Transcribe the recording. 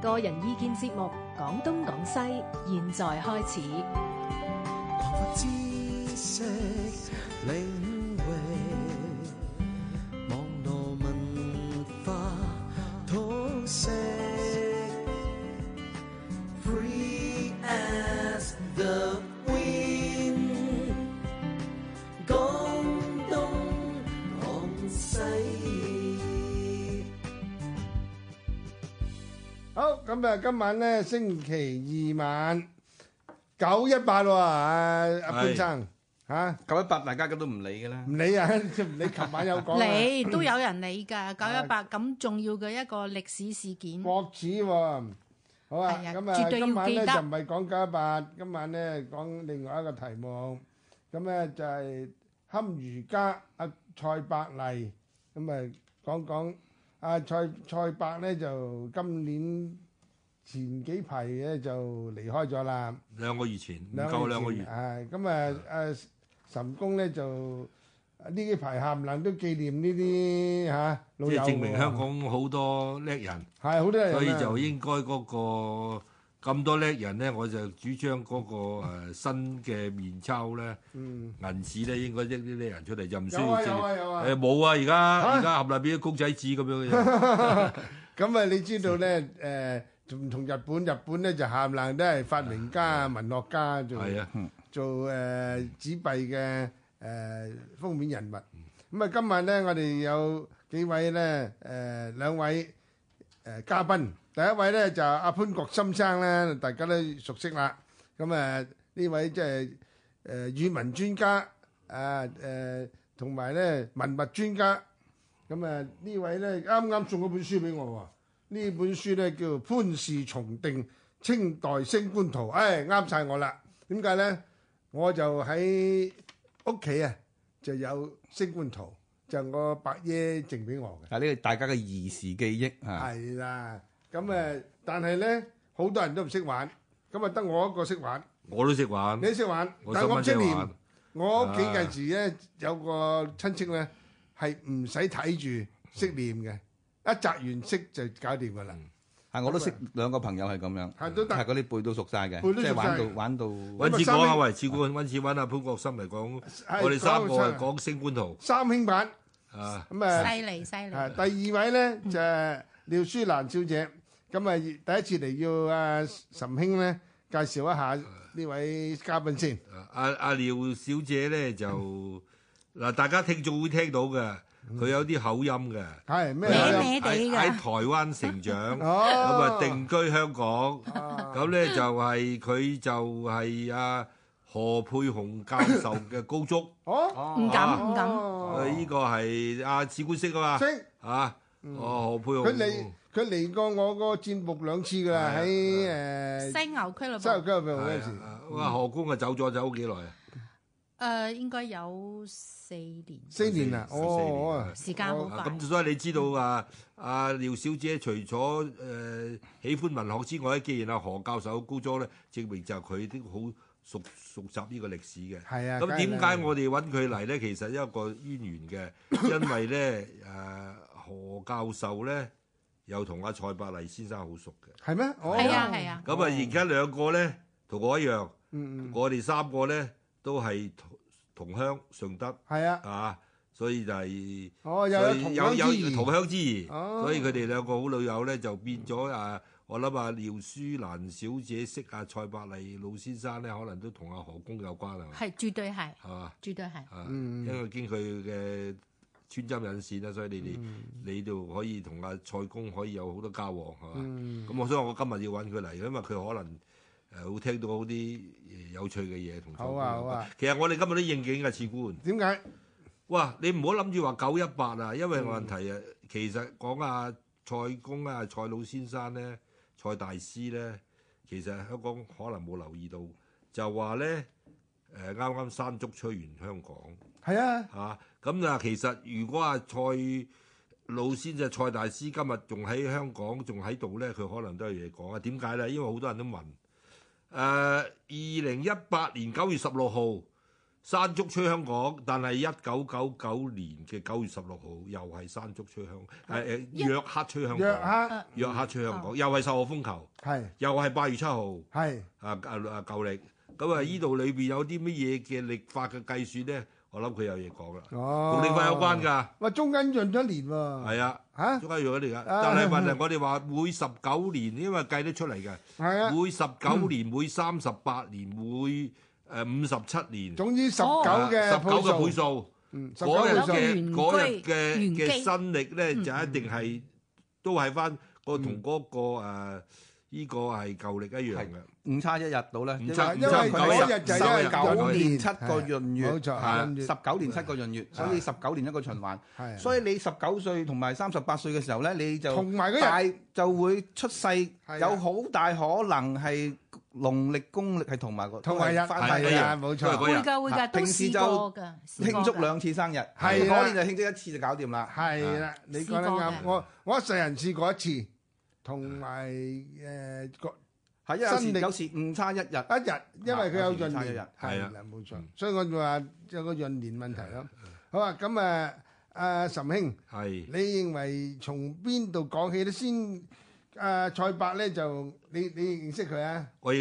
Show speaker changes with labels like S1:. S1: 個人意見節目《講東講西》，現在開始。
S2: 擴闊知識領域，網絡文化通識，Free as the wind。廣東廣西。
S3: 好，咁啊，今晚咧星期二晚九一八喎，啊阿潘
S4: 係
S3: 生吓，
S4: 九一八大家都唔理㗎啦。
S3: 唔理啊， 唔理，琴晚有講啊，
S5: 你都有人理 㗎，九一八咁重要嘅一個歷史事件，
S3: 國恥喎。好啊，
S5: 係啊
S3: 咁啊，
S5: 絕對要
S3: 今晚咧
S5: 記
S3: 就
S5: 得
S3: 唔係講九一八，今晚咧講另外一個題目，咁咧就係堪輿家阿蔡伯麗，咁啊講講阿蔡蔡伯咧就今年前幾排咧就離開咗啦。
S4: 兩個月前，唔
S3: 兩
S4: 夠
S3: 月
S4: 兩個
S3: 前
S4: 月。
S3: 係咁啊！誒岑公咧就啊呢幾排冚唪唥都紀念呢啲嚇
S4: 即
S3: 老友
S4: 係
S3: 喎，
S4: 證明香港好多叻人，
S3: 係好多人啊，
S4: 所以就應該嗰、個咁多叻人咧，我就主張嗰、個、呃、新嘅面鈔咧，
S3: 嗯
S4: 銀紙咧應該拎啲叻人出嚟，就唔需
S3: 有啊
S4: 要
S3: 有
S4: 證。
S3: 啊有啊
S4: 誒！冇啊！而家
S3: 嚇
S4: 而家合立變咗公仔紙咁樣嘅，
S3: 咁啊，你知道咧
S4: 嗯
S3: 誒，仲唔同日本，日本咧就冚唪唥都係發明家啊、文學家做
S4: 嗯係啊，
S3: 做誒紙幣嘅誒封面
S4: 嗯
S3: 人物。咁啊，今晚咧我哋有幾位咧誒兩位誒呃嘉賓，第一位咧就阿潘國森生咧，大家都熟悉啦。咁啊呢位即係誒語文專家啊誒，同埋咧文物專家。咁啊呢位咧啱啱送咗本書俾我喎。呢本書咧叫《潘氏重定清代升官圖》，唉啱晒我啦。點解咧？我就喺屋企啊，就有升官圖，就我伯爺贈俾我嘅。
S6: 啊！呢個大家嘅兒時記憶啊，
S3: 係啦，咁誒，但係咧好多人都唔識玩，咁啊得我一個識玩，
S4: 我都識玩
S3: 你，識玩，
S4: 我
S3: 但
S4: 十
S3: 係我唔
S4: 蚊
S3: 識
S4: 仔
S3: 念
S4: 玩。。
S3: 我屋企嗰陣時咧有個親戚咧係唔使睇住識念嘅，一摘完識就搞掂㗎啦。
S6: 係我都識兩個朋友係咁樣，
S3: 係都得
S6: 係嗰啲背到熟晒嘅，
S3: 背到熟
S6: 即係
S3: 晒
S6: 玩到玩到
S4: 揾
S3: 咁啊
S4: 次
S3: 三
S4: 講下
S3: 兄
S4: 喂，次官揾次揾阿潘國森嚟講，
S3: 係
S4: 我哋三個係
S3: 講
S4: 講升官圖
S3: 三兄版
S4: 啊，
S3: 咁誒。
S5: 犀利犀利。
S3: 啊，第二位咧就係廖舒蘭小姐，咁啊第一次嚟要阿岑兄咧介紹一下呢位嘉賓先。
S4: 阿阿廖小姐咧 就嗱，大家聽眾會聽到嘅，佢有啲口音嘅，
S3: 係咩
S4: 佢
S5: 歪
S3: 咧？
S5: 歪
S4: 喺
S5: 地㗎
S4: 喺台灣成長，咁啊，
S3: 哦
S4: 定居香港，
S3: 啊
S4: 咁咧就係佢就係阿何佩紅教授嘅高足，啊
S3: 哦，
S5: 唔敢唔敢，
S3: 哦
S4: 誒呢個係阿史官識啊嘛，
S3: 識
S4: 啊，哦何佩
S3: 嗯佢嚟
S4: 紅，
S3: 佢嚟過我個節目兩次㗎啦，
S4: 係啊
S3: 喺誒
S5: 犀牛俱樂
S3: 西
S5: 部
S3: 遊記入邊嗰陣時
S4: 係，啊
S3: 嗯
S4: 哇何公啊走咗走咗幾耐啊？
S5: 誒應該有四年
S3: 四年啦，
S4: 四四年
S3: 哦，
S5: 時間好
S4: 啊
S5: 快，
S4: 咁所以你知道啊，阿廖小姐除咗誒、呃喜歡文學之外咧，既然阿何教授高咗咧，證明就佢都好熟熟習呢個歷史嘅。
S3: 係啊。
S4: 咁點解我哋
S3: 哋
S4: 揾佢嚟咧？其實一個淵 源嘅，因為咧誒、呃何教授咧又同阿蔡伯麗先生好熟嘅。
S3: 係咩？
S5: 係啊係，啊，
S4: 咁啊，而家兩個咧同我一樣，
S3: 哦嗯嗯，
S4: 我哋三個咧都係同同鄉順德
S3: 係啊，
S4: 啊，所以就係、
S3: 哦，又
S4: 所
S3: 有同
S4: 以有
S3: 鄉之
S4: 有
S3: 誼
S4: 同鄉之誼，
S3: 哦
S4: 所以佢哋兩個好老友咧就變咗啊！我諗啊，廖舒蘭小姐識啊蔡伯麗老先生咧，可能都同阿何公有關係嘛，
S5: 係絕對係
S4: 係嘛？
S5: 絕對係。
S4: 啊，
S3: 嗯
S4: 因為經佢嘅穿針引線啦，所
S3: Ừ.
S4: 以你
S3: 嗯
S4: 哋你度可以同阿蔡公可以有好多交往係嘛？
S3: 嗯
S4: 咁我所以我今日要揾佢嚟，因為佢可能。誒會聽到好啲有趣嘅嘢同蔡
S3: 好
S4: 公有
S3: 啊好
S4: 關
S3: 啊。
S4: 其實我哋今日都應景嘅，次官。
S3: 點解？
S4: 哇！你唔好諗住話九一八啊，因為問題啊，其實講啊蔡公啊蔡老先生咧，蔡大師咧，其實香港可能冇留意到，就話咧誒啱啱山竹吹完香港
S3: 係啊，
S4: 嚇，咁啊其實如果啊蔡老先生蔡大師今日仲喺香港仲喺度咧，佢可能都有嘢講啊。點解咧？因為好多人都問誒，二零一八年九月十六號。山竹吹香港，但係一九九九年嘅九月十六號又係山竹吹香，誒
S5: 一
S4: 誒約克吹香
S3: 約
S4: 港，
S3: 克哦
S4: 約克吹香港，又係受我風球，
S3: 係
S4: 又係八月七號。
S3: 係
S4: 啊啊啊舊歷，咁
S3: 嗯
S4: 啊依度裏邊有啲乜嘢嘅歷法嘅計算咧？我諗佢有嘢講啦，
S3: 哦，
S4: 同歷法有關。㗎，
S3: 喂，中間潤咗年喎，
S4: 係啊，
S3: 嚇
S4: 中間用咗嚟㗎。
S3: 啊
S4: 但係問題我哋話每十九年，因為計得出嚟嘅，
S3: 係啊，
S4: 每十九年、每三十八年、每誒五十七年，
S3: 總之十九
S5: 哦
S3: 嘅
S4: 十九嘅倍
S3: 倍數，
S4: 數，
S3: 嗯，十九
S4: 嗰日
S3: 倍數
S5: 有
S4: 嘅
S5: 原
S4: 嗰日
S5: 居
S4: 嘅
S5: 原
S4: 嘅
S5: 基
S4: 新歷咧，就一定係都係翻個同嗰個誒依個係舊歷一樣嘅。
S6: 五差一日到咧，
S4: 五差
S3: 因為嗰日就係因為
S6: 九
S3: 九年
S6: 年七個闰月，
S3: 冇錯，
S4: 係
S3: 跟住
S6: 十九年七個闰月，所以十九年一個循環。
S3: 係
S6: 所以你十九歲同埋三十八歲嘅時候咧，你就
S3: 同埋嗰日
S6: 大就會出世，
S3: 啊
S6: 有好大可能係農曆公曆係同埋個
S3: 同埋日
S6: 翻大
S3: 係
S4: à?
S3: 啊，冇
S4: 都係嗰
S3: 錯，
S5: 會㗎會㗎，都
S6: 平時
S5: 試
S6: 就
S5: 過㗎，試過
S6: 慶祝
S5: 㗎
S6: 兩次生日，可
S3: 係啦
S6: 年就慶祝一次就搞掂啦。
S3: 係啦，你講得
S5: 試
S3: 啱。
S5: 過
S3: 我我一世人試過一次，同埋誒個
S6: 係因為有時
S3: 新曆
S6: 有時誤差一日。
S3: 一日，因為佢有閏
S6: 啊有時差一
S3: 年，
S6: 日
S4: 係啊
S3: 啦，冇錯。所以我就話有個閏年問題咯。好啊，咁啊，阿岑兄，
S4: 係
S3: 你認為從邊度講起咧？先誒，蔡伯咧就你你認識佢啊？
S4: 我亦